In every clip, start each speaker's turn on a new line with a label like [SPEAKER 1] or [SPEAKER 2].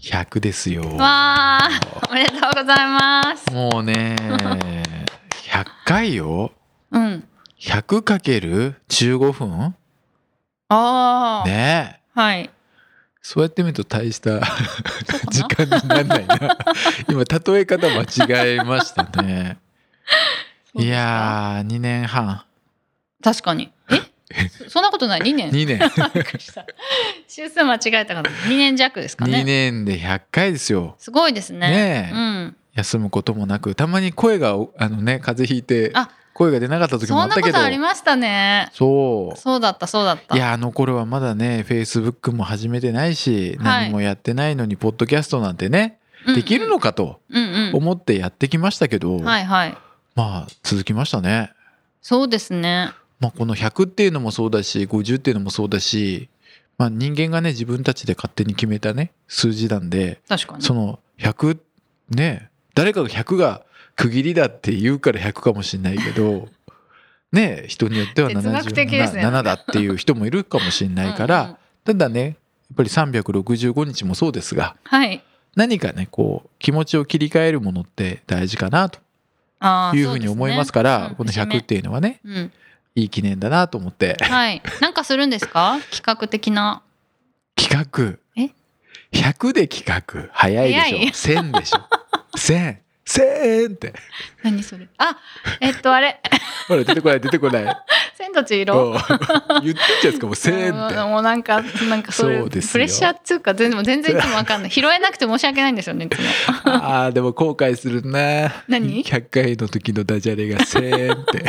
[SPEAKER 1] 100ですよ
[SPEAKER 2] わあおめでとうございます
[SPEAKER 1] もう ね100回よ
[SPEAKER 2] うん
[SPEAKER 1] 100かける15分
[SPEAKER 2] ああ、
[SPEAKER 1] ねえ
[SPEAKER 2] はい
[SPEAKER 1] そうやって見ると大した
[SPEAKER 2] そうかな
[SPEAKER 1] 時間にならない な今例え方間違えましたねいやー2年半
[SPEAKER 2] 確かに えそそんなことない2年
[SPEAKER 1] 2年
[SPEAKER 2] びっくりした週数間違えたから2年弱ですかね
[SPEAKER 1] 2年で100回ですよ
[SPEAKER 2] すごいですね
[SPEAKER 1] ねえ
[SPEAKER 2] うん
[SPEAKER 1] 休むこともなくたまに声があのね風邪ひいて
[SPEAKER 2] あ
[SPEAKER 1] 声が出なかった時もあ
[SPEAKER 2] そ
[SPEAKER 1] っ
[SPEAKER 2] んな
[SPEAKER 1] た
[SPEAKER 2] こ
[SPEAKER 1] けど
[SPEAKER 2] とありましたね
[SPEAKER 1] そう
[SPEAKER 2] そうだったそうだった
[SPEAKER 1] いやあの頃はまだねフェイスブックも始めてないし、
[SPEAKER 2] はい
[SPEAKER 1] 何もやってないのにポッドキャストなんてねできるのかと
[SPEAKER 2] うんうん、うん
[SPEAKER 1] 思ってやってきましたけど、
[SPEAKER 2] うんはいはい
[SPEAKER 1] まあ続きましたね。
[SPEAKER 2] そうですね
[SPEAKER 1] まあ、この100っていうのもそうだし50っていうのもそうだし、まあ、人間がね自分たちで勝手に決めたね数字なんで
[SPEAKER 2] 確かに
[SPEAKER 1] その100ね誰かが100が区切りだって言うから100かもしれないけ どね人によっては
[SPEAKER 2] 哲学的ですね
[SPEAKER 1] 77だっていう人もいるかもしれないから。
[SPEAKER 2] うんうん
[SPEAKER 1] ただねやっぱり365日もそうですが
[SPEAKER 2] はい
[SPEAKER 1] 何かねこう気持ちを切り替えるものって大事かなと
[SPEAKER 2] ああ
[SPEAKER 1] いうふうに思いますからこの100っ、ていうのはね
[SPEAKER 2] そうですねうん節
[SPEAKER 1] いい記念だなと思って
[SPEAKER 2] 目うん、はいなんかするんですか企画的な
[SPEAKER 1] 企画
[SPEAKER 2] え
[SPEAKER 1] 100で企画早いでしょ1000でしょ1000 1000って
[SPEAKER 2] 何それあえっとあれ
[SPEAKER 1] ほら出てこない出てこない
[SPEAKER 2] 千と
[SPEAKER 1] お
[SPEAKER 2] 千
[SPEAKER 1] う
[SPEAKER 2] 尋
[SPEAKER 1] 言ってんじゃないですかもう1000って
[SPEAKER 2] うんもうなんかなんかそうい
[SPEAKER 1] そう
[SPEAKER 2] う
[SPEAKER 1] ですよ
[SPEAKER 2] プレッシャーっつうか全然全然いつもわかんない拾えなくて申し訳ないんですよね いつも
[SPEAKER 1] あーでも後悔するな
[SPEAKER 2] 何
[SPEAKER 1] 100回の時のダジャレが1000って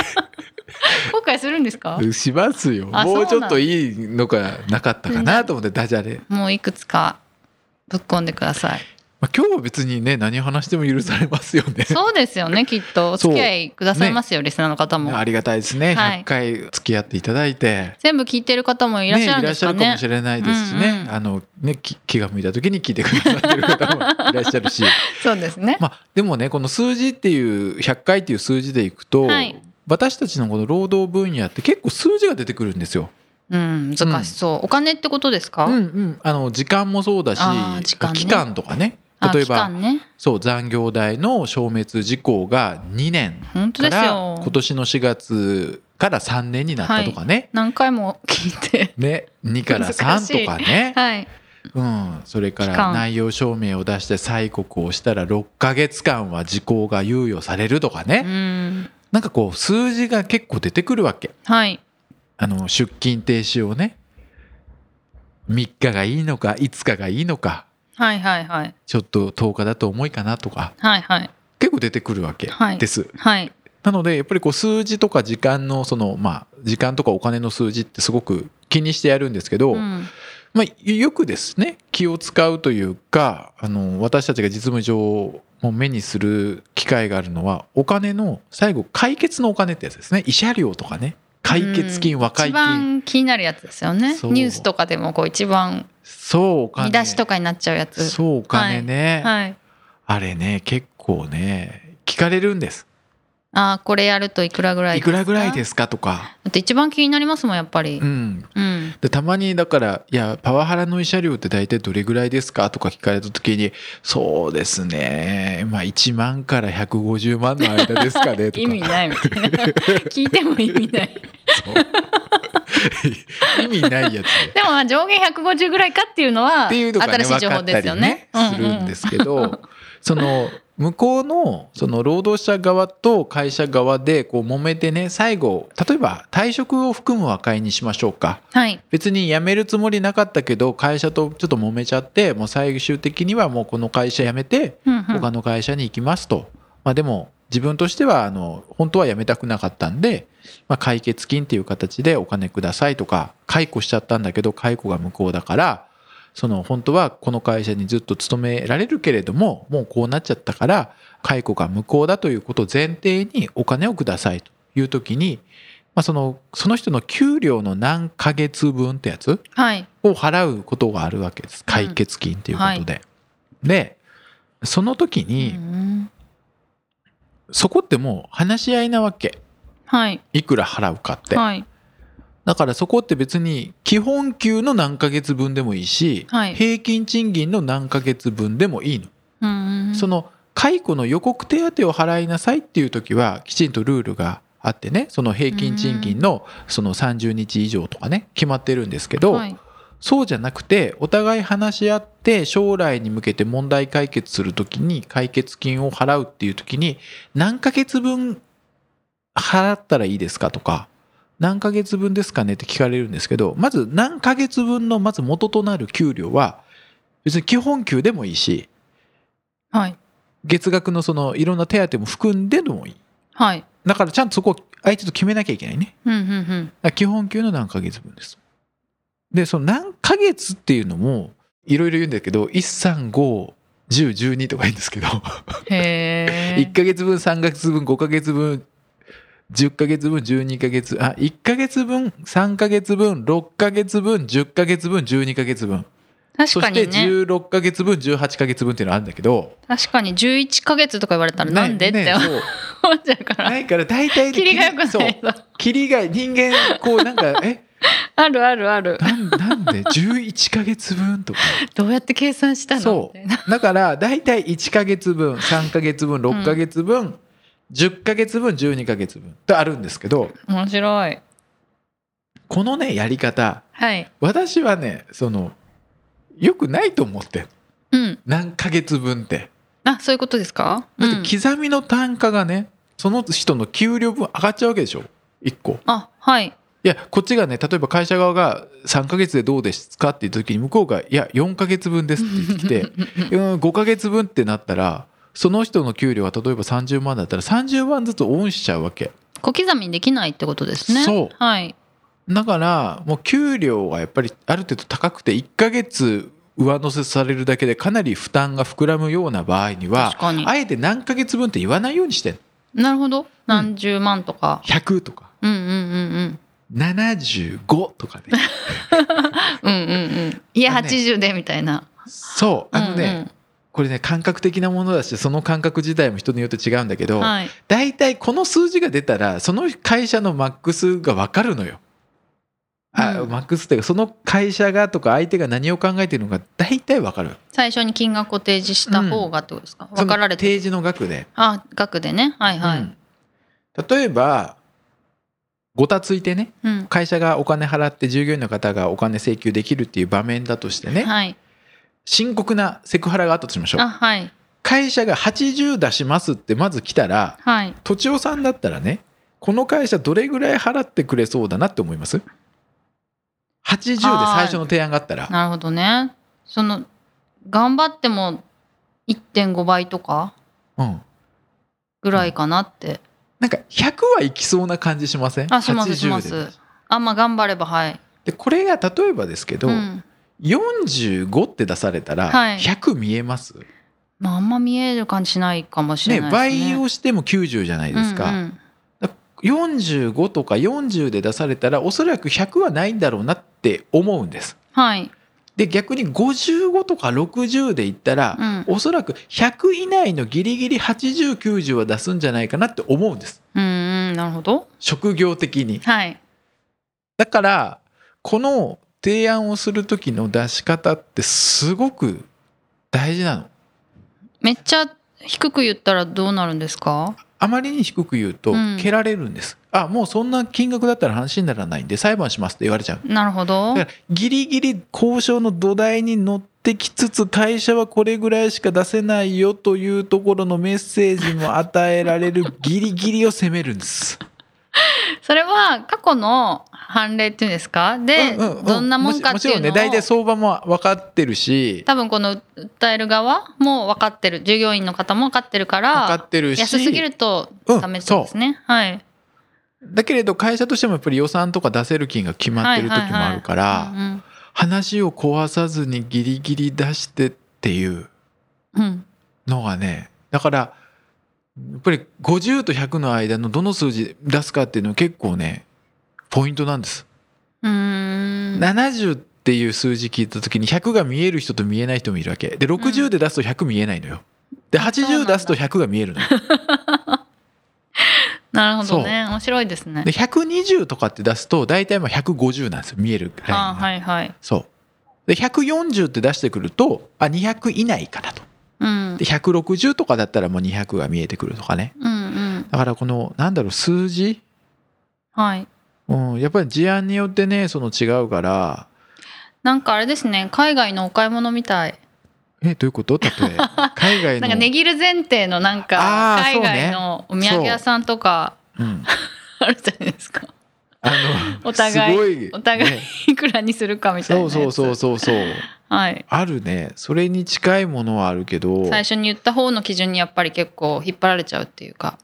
[SPEAKER 2] 後悔するんですか
[SPEAKER 1] しますよ
[SPEAKER 2] あ
[SPEAKER 1] もうち
[SPEAKER 2] そう
[SPEAKER 1] ょ
[SPEAKER 2] な
[SPEAKER 1] っ
[SPEAKER 2] ん
[SPEAKER 1] といいのがなかったかなと思ってダジャレ、
[SPEAKER 2] もういくつかぶっこんでください
[SPEAKER 1] まあ、今日は別にね何話しても許されますよね
[SPEAKER 2] そうですよねきっとお付き合いくださいますよ、リスナーの方も
[SPEAKER 1] ありがたいですね、
[SPEAKER 2] はい
[SPEAKER 1] 100回付き合っていただいて
[SPEAKER 2] 全部聞いてる方もいらっしゃ
[SPEAKER 1] いら
[SPEAKER 2] るんで
[SPEAKER 1] っ
[SPEAKER 2] す
[SPEAKER 1] しゃ
[SPEAKER 2] か
[SPEAKER 1] るか
[SPEAKER 2] ね
[SPEAKER 1] もしれないですしね,、
[SPEAKER 2] うんうん
[SPEAKER 1] あのねき気が向いた時に聞いてくださってる方もいらっしゃる し
[SPEAKER 2] そうですね、
[SPEAKER 1] まあでもねこの数字っていう100回っていう数字でいくと、
[SPEAKER 2] はい
[SPEAKER 1] 私たちのこの労働分野って結構数字が出てくるんですよ。
[SPEAKER 2] うん難しそう、お金ってことですか、
[SPEAKER 1] うんうん、あの時間もそうだし、
[SPEAKER 2] あー時間ね
[SPEAKER 1] 期間とかね
[SPEAKER 2] あ
[SPEAKER 1] 例え
[SPEAKER 2] 期
[SPEAKER 1] ば
[SPEAKER 2] 間ね
[SPEAKER 1] そう残業代の消滅事項が2年
[SPEAKER 2] 本当
[SPEAKER 1] か
[SPEAKER 2] ですよ
[SPEAKER 1] ら今年の4月から3年になったとかね、
[SPEAKER 2] 何回も聞い て
[SPEAKER 1] ね2から3とかね、
[SPEAKER 2] はい
[SPEAKER 1] うん、それか
[SPEAKER 2] 期
[SPEAKER 1] ら
[SPEAKER 2] 間
[SPEAKER 1] 内容証明を出して催告をしたら6ヶ月間は時効が猶予されるとかね、
[SPEAKER 2] うん
[SPEAKER 1] なんかこう数字が結構出てくるわけ
[SPEAKER 2] はい
[SPEAKER 1] あの出勤停止をね3日がいいのか5日がいいのか
[SPEAKER 2] はいはいはい
[SPEAKER 1] ちょっと10日だと重いかなとか
[SPEAKER 2] はいはい
[SPEAKER 1] 結構出てくるわけ
[SPEAKER 2] はい
[SPEAKER 1] です。
[SPEAKER 2] はい
[SPEAKER 1] なのでやっぱりこう数字とか時間のそのまあ時間とかお金の数字ってすごく気にしてやるんですけど、
[SPEAKER 2] うん
[SPEAKER 1] まあ、よくですね気を使うというかあの私たちが実務上も目にする機会があるのはお金の最後解決のお金ってやつですね慰謝料とかね解決金和解
[SPEAKER 2] 一
[SPEAKER 1] 金
[SPEAKER 2] 番気になるやつですよね
[SPEAKER 1] そう
[SPEAKER 2] ニュースとかでもこう一番
[SPEAKER 1] そうお金
[SPEAKER 2] 見出しとかになっちゃうやつ
[SPEAKER 1] そうお金ね、
[SPEAKER 2] はい
[SPEAKER 1] あれね結構ね聞かれるんです
[SPEAKER 2] あーこれやるといくらぐらい
[SPEAKER 1] いくらぐらいですすかとか、
[SPEAKER 2] だって一番気になりますもんやっぱり
[SPEAKER 1] うん、
[SPEAKER 2] うん
[SPEAKER 1] でたまにだから「いやパワハラの慰謝料って大体どれぐらいですか?」とか聞かれた時に「そうですねまあ1万から150万の間ですかね」とか
[SPEAKER 2] 意味ないみたいな 聞いても意味 ない
[SPEAKER 1] そう意味ないやつで。
[SPEAKER 2] でもまあ上限150ぐらいかっていうのは
[SPEAKER 1] っていうのが、ね、
[SPEAKER 2] 新しい情報ですよね
[SPEAKER 1] 分かったりねするんですけど、その向こうのその労働者側と会社側でこう揉めてね最後例えば退職を含む和解にしましょうか。
[SPEAKER 2] うんうんはい
[SPEAKER 1] 別に辞めるつもりなかったけど会社とちょっと揉めちゃってもう最終的にはもうこの会社辞めて
[SPEAKER 2] うんうん
[SPEAKER 1] 他の会社に行きますと、まあ、でも自分としてはあの本当は辞めたくなかったんで、まあ、解決金っていう形でお金くださいとか解雇しちゃったんだけど解雇が無効だからその本当はこの会社にずっと勤められるけれどももうこうなっちゃったから解雇が無効だということを前提にお金をくださいという時に、まあ、そのその人の給料の何ヶ月分ってやつ
[SPEAKER 2] はい。
[SPEAKER 1] を払うことがあるわけです解決金ということで。でその時に、
[SPEAKER 2] うん
[SPEAKER 1] そこってもう話し合いなわけ
[SPEAKER 2] はい。
[SPEAKER 1] いくら払うかって。
[SPEAKER 2] はい。
[SPEAKER 1] だからそこって別に基本給の何ヶ月分でもいいし、
[SPEAKER 2] はい
[SPEAKER 1] 平均賃金の何ヶ月分でもいいの。
[SPEAKER 2] うんうん。
[SPEAKER 1] その解雇の予告手当を払いなさいっていう時はきちんとルールがあってねその平均賃金のその30日以上とかね決まってるんですけど、
[SPEAKER 2] はい。
[SPEAKER 1] そうじゃなくてお互い話し合って将来に向けて問題解決するときに解決金を払うっていうときに何ヶ月分払ったらいいですかとか何ヶ月分ですかねって聞かれるんですけどまず何ヶ月分のまず元となる給料は別に基本給でもいいし
[SPEAKER 2] はい。
[SPEAKER 1] 月額のそのいろんな手当も含んででもいい
[SPEAKER 2] はい。
[SPEAKER 1] だからちゃんとそこを相手と決めなきゃいけないね
[SPEAKER 2] うんうんうん。
[SPEAKER 1] だから基本給の何ヶ月分です。で、その何ヶ月っていうのも、いろいろ言うんだけど、1、3、5、10、12とか言うんですけど、
[SPEAKER 2] へえ。
[SPEAKER 1] 1ヶ月分、3ヶ月分、5ヶ月分、10ヶ月分、12ヶ月、あ、1ヶ月分、3ヶ月分、6ヶ月分、10ヶ月分、12ヶ月分。
[SPEAKER 2] 確
[SPEAKER 1] そ
[SPEAKER 2] か
[SPEAKER 1] して
[SPEAKER 2] にね。
[SPEAKER 1] 16ヶ月分、18ヶ月分っていうのあるんだけど、
[SPEAKER 2] 確かに11ヶ月とか言われたらなんでっ
[SPEAKER 1] ね
[SPEAKER 2] て
[SPEAKER 1] ね
[SPEAKER 2] 思
[SPEAKER 1] そう
[SPEAKER 2] っちゃうから。
[SPEAKER 1] ないから大体、
[SPEAKER 2] キリが良く
[SPEAKER 1] そ
[SPEAKER 2] な
[SPEAKER 1] う
[SPEAKER 2] いぞ。
[SPEAKER 1] 霧が、人間、こうなんか、え、
[SPEAKER 2] あるあるある。
[SPEAKER 1] なんなんで11ヶ月分とか。
[SPEAKER 2] どうやって計算したの
[SPEAKER 1] そ
[SPEAKER 2] みたいな。
[SPEAKER 1] うだから大体1ヶ月分3ヶ月分6ヶ月分、10ヶ月分12ヶ月分ってあるんですけど
[SPEAKER 2] 面白い。
[SPEAKER 1] このねやり方
[SPEAKER 2] はい。
[SPEAKER 1] 私はねそのよくないと思ってん
[SPEAKER 2] うん。
[SPEAKER 1] 何ヶ月分って
[SPEAKER 2] あ、そういうことですか。
[SPEAKER 1] だ
[SPEAKER 2] う
[SPEAKER 1] っ
[SPEAKER 2] ん
[SPEAKER 1] て刻みの単価がねその人の給料分上がっちゃうわけでしょ1個
[SPEAKER 2] あ、はい。
[SPEAKER 1] いやこっちがね例えば会社側が3ヶ月でどうですかっていう時に向こうが「いや4ヶ月分です」って言ってきて うん、5ヶ月分ってなったらその人の給料が例えば30万だったら30万ずつオンしちゃうわけ
[SPEAKER 2] 小刻みにできないってことですね。
[SPEAKER 1] そう
[SPEAKER 2] はい。
[SPEAKER 1] だからもう給料がやっぱりある程度高くて1ヶ月上乗せされるだけでかなり負担が膨らむような場合には
[SPEAKER 2] 確かに
[SPEAKER 1] あえて何ヶ月分って言わないようにしてんの
[SPEAKER 2] なるほど。何十万とか。
[SPEAKER 1] 100とか
[SPEAKER 2] うんうんうん
[SPEAKER 1] 75とか ね
[SPEAKER 2] うん。うんうんうん。いや、
[SPEAKER 1] あのね
[SPEAKER 2] 八十でみたいな。
[SPEAKER 1] そうあのね、これね感覚的なものだしその感覚自体も人によって違うんだけ
[SPEAKER 2] う
[SPEAKER 1] ど、
[SPEAKER 2] んうん。はい。
[SPEAKER 1] 大体この数字が出たらその会社のマックスが分かるのよ。あ
[SPEAKER 2] うん
[SPEAKER 1] マックスっていうかその会社がとか相手が何を考えてるのか大体分かる。
[SPEAKER 2] 最初に金額を提示した方がってことですか。分から
[SPEAKER 1] そ
[SPEAKER 2] れ
[SPEAKER 1] の
[SPEAKER 2] て。
[SPEAKER 1] 提示の額で。
[SPEAKER 2] あ、額でね。はいは
[SPEAKER 1] う
[SPEAKER 2] い。
[SPEAKER 1] ん例えばごたついてね
[SPEAKER 2] うん。
[SPEAKER 1] 会社がお金払って従業員の方がお金請求できるっていう場面だとしてね、
[SPEAKER 2] はい。
[SPEAKER 1] 深刻なセクハラがあったとしましょう
[SPEAKER 2] あ、はい。
[SPEAKER 1] 会社が80出しますってまず来たら
[SPEAKER 2] はい。
[SPEAKER 1] 土地さんだったらねこの会社どれぐらい払ってくれそうだなって思います80で最初の提案があったら
[SPEAKER 2] なるほどね。その。頑張っても。1.5倍とか。
[SPEAKER 1] うん
[SPEAKER 2] ぐらいかなって。
[SPEAKER 1] なんか100はいきそうな感じしません
[SPEAKER 2] あ、しますしま。
[SPEAKER 1] 80です
[SPEAKER 2] あんまあ頑張れば、はい。
[SPEAKER 1] でこれが例えばですけど、
[SPEAKER 2] うん。
[SPEAKER 1] 45って出されたら
[SPEAKER 2] はい
[SPEAKER 1] 100見えます、
[SPEAKER 2] まあ、あんま見える感じしないかもしれ
[SPEAKER 1] ね
[SPEAKER 2] ないですね。
[SPEAKER 1] 倍をしても90じゃないですか、
[SPEAKER 2] うんうん
[SPEAKER 1] 45とか40で出されたらおそらく100はないんだろうなって思うんです
[SPEAKER 2] はい。
[SPEAKER 1] で逆に55とか60でいったら、
[SPEAKER 2] うん
[SPEAKER 1] おそらく100以内のギリギリ8090は出すんじゃないかなって思うんです
[SPEAKER 2] うんうん、なるほど。
[SPEAKER 1] 職業的に
[SPEAKER 2] はい。
[SPEAKER 1] だからこの提案をする時の出し方ってすごく大事なの
[SPEAKER 2] めっちゃ低く言ったらどうなるんですか。
[SPEAKER 1] あまりに低く言うと
[SPEAKER 2] うん
[SPEAKER 1] 蹴られるんです、あもうそんな金額だったら話にならないんで裁判しますって言われちゃう
[SPEAKER 2] なる ほど。
[SPEAKER 1] だからギリギリ交渉の土台に乗ってきつつ会社はこれぐらいしか出せないよというところのメッセージも与えられ るギリギリを攻めるんです。
[SPEAKER 2] それは過去の判例っていうんですか。
[SPEAKER 1] う
[SPEAKER 2] で、
[SPEAKER 1] んうんう
[SPEAKER 2] どんなもんか
[SPEAKER 1] も
[SPEAKER 2] って
[SPEAKER 1] ち
[SPEAKER 2] い
[SPEAKER 1] ろ
[SPEAKER 2] うんの
[SPEAKER 1] ね
[SPEAKER 2] を。
[SPEAKER 1] 大体相場も分かってるし
[SPEAKER 2] 多分この訴える側も分かってる従業員の方も分かってるか
[SPEAKER 1] 分かっ
[SPEAKER 2] ら
[SPEAKER 1] てるし
[SPEAKER 2] 安すぎるとダメってことですね、はい
[SPEAKER 1] だけれど会社としてもやっぱり予算とか出せる金が決まってる時もあるから、
[SPEAKER 2] うんうん
[SPEAKER 1] 話を壊さずにギリギリ出してっていう
[SPEAKER 2] うん
[SPEAKER 1] のがねだからやっぱり50と100の間のどの数字出すかっていうのは結構ねポイントなんです。
[SPEAKER 2] うーん
[SPEAKER 1] 70っていう数字聞いた時に100が見える人と見えない人もいるわけで60で出すと100見えないのよ。で
[SPEAKER 2] あそうな
[SPEAKER 1] 80
[SPEAKER 2] んだ
[SPEAKER 1] 出すと100が見えるのよ。
[SPEAKER 2] なるほどね
[SPEAKER 1] そ
[SPEAKER 2] 面白いですね
[SPEAKER 1] で120とかって出すと大体まあ150なんですよ見えるラインが
[SPEAKER 2] あーはいはい
[SPEAKER 1] そうで140って出してくるとあ200以内かなと
[SPEAKER 2] うん
[SPEAKER 1] で160とかだったらもう200が見えてくるとかね
[SPEAKER 2] うんうん
[SPEAKER 1] だからこのなんだろう数字、
[SPEAKER 2] はい
[SPEAKER 1] うん、やっぱり事案によってねその違うから
[SPEAKER 2] なんかあれですね海外のお買い物みたい
[SPEAKER 1] えどういうこと 例え海外の
[SPEAKER 2] なんか値切る前提のなんか
[SPEAKER 1] あー
[SPEAKER 2] 海
[SPEAKER 1] そうね
[SPEAKER 2] 外のお土産屋さんとか
[SPEAKER 1] うん、
[SPEAKER 2] あるじゃないですか
[SPEAKER 1] あの
[SPEAKER 2] お互い
[SPEAKER 1] すごい
[SPEAKER 2] お互い
[SPEAKER 1] ね
[SPEAKER 2] いくらにするかみたいな
[SPEAKER 1] そ
[SPEAKER 2] や
[SPEAKER 1] う
[SPEAKER 2] つ
[SPEAKER 1] そうそうそうそう
[SPEAKER 2] はい
[SPEAKER 1] あるねそれに近いものはあるけど
[SPEAKER 2] 最初に言った方の基準にやっぱり結構引っ張られちゃうっていうか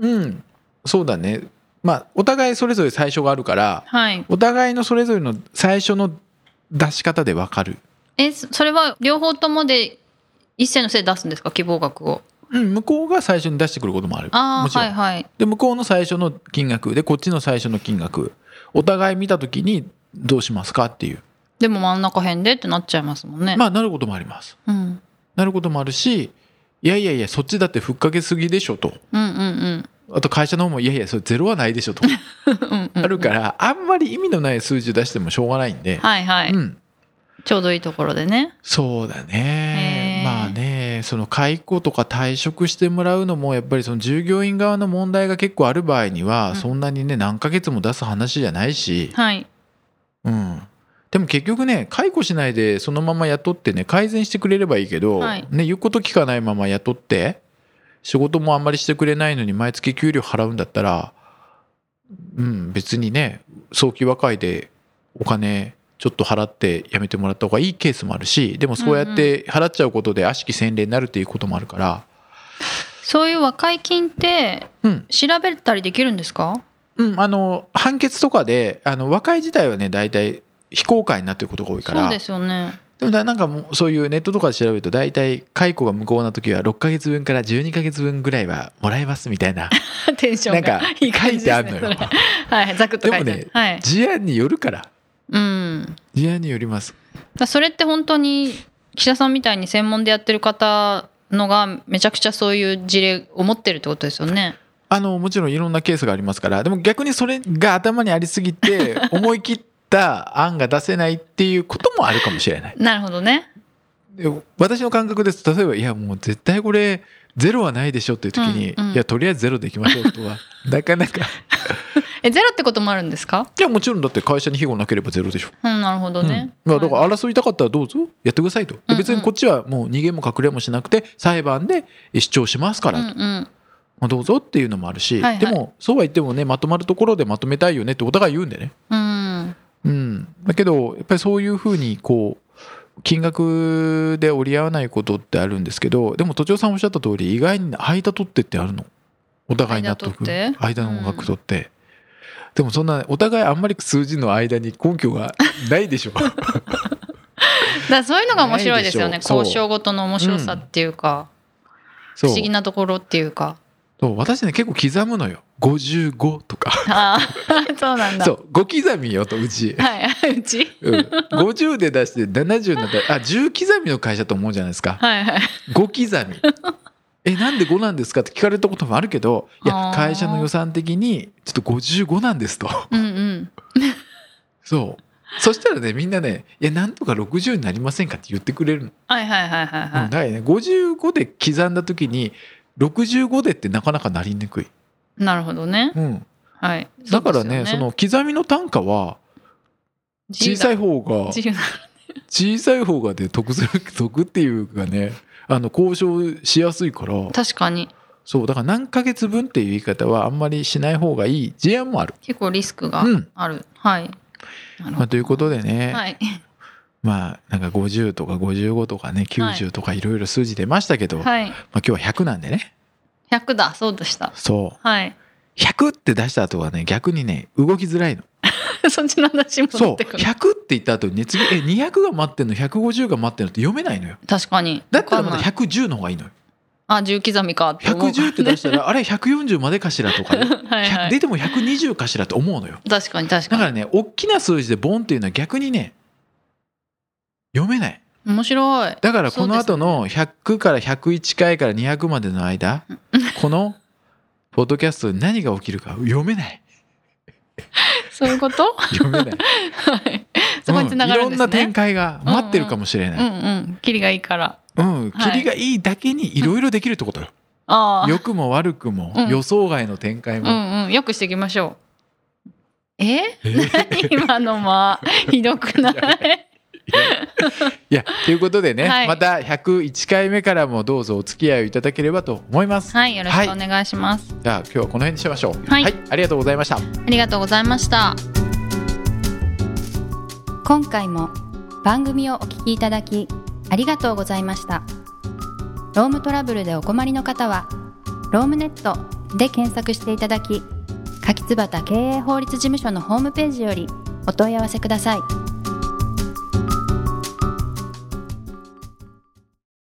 [SPEAKER 1] うんそうだねまあお互いそれぞれ最初があるから
[SPEAKER 2] はい
[SPEAKER 1] お互いのそれぞれの最初の出し方でわかる、
[SPEAKER 2] えそそれは両方ともで一斉のせい出すんですか希望額を
[SPEAKER 1] うん、向こうが最初に出してくることもある
[SPEAKER 2] あ
[SPEAKER 1] も
[SPEAKER 2] あ
[SPEAKER 1] ちろん、
[SPEAKER 2] はいはい
[SPEAKER 1] で向こうの最初の金額でこっちの最初の金額お互い見た時にどうしますかっていう
[SPEAKER 2] でも真ん中辺でってなっちゃいますもんね、
[SPEAKER 1] まあなることもあります
[SPEAKER 2] うん、
[SPEAKER 1] なることもあるしいやいやいやそっちだってふっかけすぎでしょと
[SPEAKER 2] うんうん
[SPEAKER 1] あと会社の方もいやいやそれゼロはないでしょ と
[SPEAKER 2] うんうん うん
[SPEAKER 1] あるからあんまり意味のない数字出してもしょうがないんで、
[SPEAKER 2] はいはい、
[SPEAKER 1] うん
[SPEAKER 2] ちょうどいいところでね
[SPEAKER 1] そうだね
[SPEAKER 2] へー
[SPEAKER 1] まあねその解雇とか退職してもらうのもやっぱりその従業員側の問題が結構ある場合に
[SPEAKER 2] う
[SPEAKER 1] は
[SPEAKER 2] ん
[SPEAKER 1] そんなにね何ヶ月も出す話じゃないし、
[SPEAKER 2] はい
[SPEAKER 1] うん、でも結局ね解雇しないでそのまま雇ってね改善してくれればいいけど、
[SPEAKER 2] はい
[SPEAKER 1] ね、言うこと聞かないまま雇って仕事もあんまりしてくれないのに毎月給料払うんだったら、うん、別にね早期和解でお金ちょっと払って辞めてもらった方がいいケースもあるしでもそうやって払っちゃうことで悪しき洗礼になるっていうこともあるから、
[SPEAKER 2] そういう和解金って
[SPEAKER 1] うん
[SPEAKER 2] 調べたりできるんですか
[SPEAKER 1] うん、あの判決とかであの和解自体はね大体非公開になってることが多いから。
[SPEAKER 2] そうですよ ね
[SPEAKER 1] でもだなんかもうそういうネットとかで調べると大体解雇が無効な時は6ヶ月分から12ヶ月分ぐらいはもらえますみたいな
[SPEAKER 2] テンショ
[SPEAKER 1] な
[SPEAKER 2] ン
[SPEAKER 1] んか
[SPEAKER 2] がいい
[SPEAKER 1] 書
[SPEAKER 2] 感
[SPEAKER 1] い
[SPEAKER 2] じ
[SPEAKER 1] て
[SPEAKER 2] で
[SPEAKER 1] あ
[SPEAKER 2] す
[SPEAKER 1] る
[SPEAKER 2] ね
[SPEAKER 1] のよ。
[SPEAKER 2] それはいざくっと書いてある
[SPEAKER 1] でもね
[SPEAKER 2] はい
[SPEAKER 1] 事案によるから
[SPEAKER 2] うん
[SPEAKER 1] 事案によります。
[SPEAKER 2] だからそれって本当に岸田さんみたいに専門でやってる方のがめちゃくちゃそういう事例を持ってるってことですよね。
[SPEAKER 1] あのもちろんいろんなケースがありますからでも逆にそれが頭にありすぎ て思い切った案が出せないっていうこともあるかもしれない。
[SPEAKER 2] なるほどね。
[SPEAKER 1] で私の感覚ですと例えばいやもう絶対これゼロはないでしょっていう時に、
[SPEAKER 2] うんうん
[SPEAKER 1] いやとりあえずゼロでいきましょうとはなかな か
[SPEAKER 2] えゼロってこともあるんですか？
[SPEAKER 1] いやもちろんだって会社に非合なければゼロでしょ。
[SPEAKER 2] うんなるほどね。
[SPEAKER 1] うんまあ、だか
[SPEAKER 2] はい
[SPEAKER 1] ら争いたかったらどうぞやってくださいと、で
[SPEAKER 2] うんうん
[SPEAKER 1] 別にこっちはもう逃げも隠れもしなくて裁判で主張しますからと、
[SPEAKER 2] うんうん
[SPEAKER 1] まあ、どうぞっていうのもあるし、
[SPEAKER 2] はいはい
[SPEAKER 1] でもそうは言ってもねまとまるところでまとめたいよねってお互い言うんでね、
[SPEAKER 2] うん
[SPEAKER 1] うん、だけどやっぱりそういうふうにこう金額で折り合わないことってあるんですけどでも都庁さんおっしゃった通り意外に間取ってってあるのお互い納得
[SPEAKER 2] 間取って
[SPEAKER 1] 間の音楽取って、でもそんなお互いあんまり数字の間に根拠がないでし ょ
[SPEAKER 2] だからそういうのが面白いですよ
[SPEAKER 1] ない
[SPEAKER 2] ね。
[SPEAKER 1] でしょう
[SPEAKER 2] 交渉ごとの面白さっていうか、
[SPEAKER 1] そう
[SPEAKER 2] 不思議なところってい うか。
[SPEAKER 1] そう私ね結構刻むのよ55とか
[SPEAKER 2] ああそうなんだ。
[SPEAKER 1] そう5刻みよとうち、
[SPEAKER 2] はいはいうち。
[SPEAKER 1] うん、50で出して70になったらあ10刻みの会社と思うじゃないですか
[SPEAKER 2] はいはい。
[SPEAKER 1] 5刻みえなんで5なんですかって聞かれたこともあるけどいや
[SPEAKER 2] あー
[SPEAKER 1] 会社の予算的にちょっと55なんですと
[SPEAKER 2] うんうん。
[SPEAKER 1] そうそしたらねみんなね「いやなんとか60になりませんか?」って言ってくれるの、
[SPEAKER 2] はいはいは
[SPEAKER 1] う
[SPEAKER 2] いはい
[SPEAKER 1] ん
[SPEAKER 2] は
[SPEAKER 1] だ
[SPEAKER 2] い。
[SPEAKER 1] からね55で刻んだ時に65でってなかなかなりにくい、
[SPEAKER 2] なるほどね。
[SPEAKER 1] うん、
[SPEAKER 2] はい。
[SPEAKER 1] だからねそ
[SPEAKER 2] そう
[SPEAKER 1] の刻みの単価は
[SPEAKER 2] です
[SPEAKER 1] 小
[SPEAKER 2] よね
[SPEAKER 1] さい方が
[SPEAKER 2] 自由な
[SPEAKER 1] 小さい方がね得する得っていうかねあの交渉しやすいから
[SPEAKER 2] 確かに
[SPEAKER 1] そうだから何ヶ月分っていう言い方はあんまりしない方がいい事案もある。
[SPEAKER 2] 結構リスクが
[SPEAKER 1] うん
[SPEAKER 2] ある。はい。なるほ
[SPEAKER 1] まあ、
[SPEAKER 2] ど
[SPEAKER 1] ということでね、
[SPEAKER 2] はい。
[SPEAKER 1] まあなんか50とか55とかね90とかいろいろ数字出ましたけど、まあ、
[SPEAKER 2] はい。
[SPEAKER 1] 今日は100なんでね
[SPEAKER 2] 100だ。そうでした。
[SPEAKER 1] そう
[SPEAKER 2] はい。
[SPEAKER 1] 100って出した後はね逆にね動きづらいの
[SPEAKER 2] そっちの話も
[SPEAKER 1] そ
[SPEAKER 2] 出
[SPEAKER 1] う
[SPEAKER 2] てくる
[SPEAKER 1] 100って言った後にね次え200が待ってんの150が待ってんのって読めないのよ
[SPEAKER 2] 確かに
[SPEAKER 1] だったらまだ
[SPEAKER 2] わかんない
[SPEAKER 1] 110の方がいいのよ
[SPEAKER 2] あ10刻みかって思う
[SPEAKER 1] 110って出したらあれ140までかしらとかね
[SPEAKER 2] はい、は
[SPEAKER 1] 100
[SPEAKER 2] い、
[SPEAKER 1] 出ても120かしらと思うのよ
[SPEAKER 2] 確かに確か
[SPEAKER 1] だ
[SPEAKER 2] に
[SPEAKER 1] からね大きな数字でボンっていうのは逆にね読めない
[SPEAKER 2] 面白い
[SPEAKER 1] だからこの
[SPEAKER 2] そ
[SPEAKER 1] 後の100から101回から200までの 間このポッドキャストで何が起きるか読めない
[SPEAKER 2] そういうこと
[SPEAKER 1] 読めない
[SPEAKER 2] はい そこに繋がるん
[SPEAKER 1] う
[SPEAKER 2] で
[SPEAKER 1] い
[SPEAKER 2] す
[SPEAKER 1] ろんな展
[SPEAKER 2] ね、
[SPEAKER 1] 開が待ってるかもしれ
[SPEAKER 2] う、
[SPEAKER 1] なんい、
[SPEAKER 2] うんキリがいいから
[SPEAKER 1] うん、
[SPEAKER 2] はい
[SPEAKER 1] 霧がいいだけにいろいろできるってことよ。
[SPEAKER 2] ああ
[SPEAKER 1] 良くも悪くも
[SPEAKER 2] うん
[SPEAKER 1] 予想外の展開
[SPEAKER 2] う
[SPEAKER 1] も。
[SPEAKER 2] んうんよくしていきましょうえ
[SPEAKER 1] えー
[SPEAKER 2] 今のまあひどくない
[SPEAKER 1] いやということでね、
[SPEAKER 2] はい
[SPEAKER 1] また101回目からもどうぞお付き合いをいただければと思います。
[SPEAKER 2] はいよろしくお願いします、
[SPEAKER 1] じゃあ今日はこの辺にしましょう。
[SPEAKER 2] はい
[SPEAKER 1] ありがとうございました。
[SPEAKER 2] ありがとうございました
[SPEAKER 3] 今回も番組をお聞きいただきありがとうございましたロームトラブルでお困りの方は「ロームネット」で検索していただき柿椿経営法律事務所のホームページよりお問い合わせください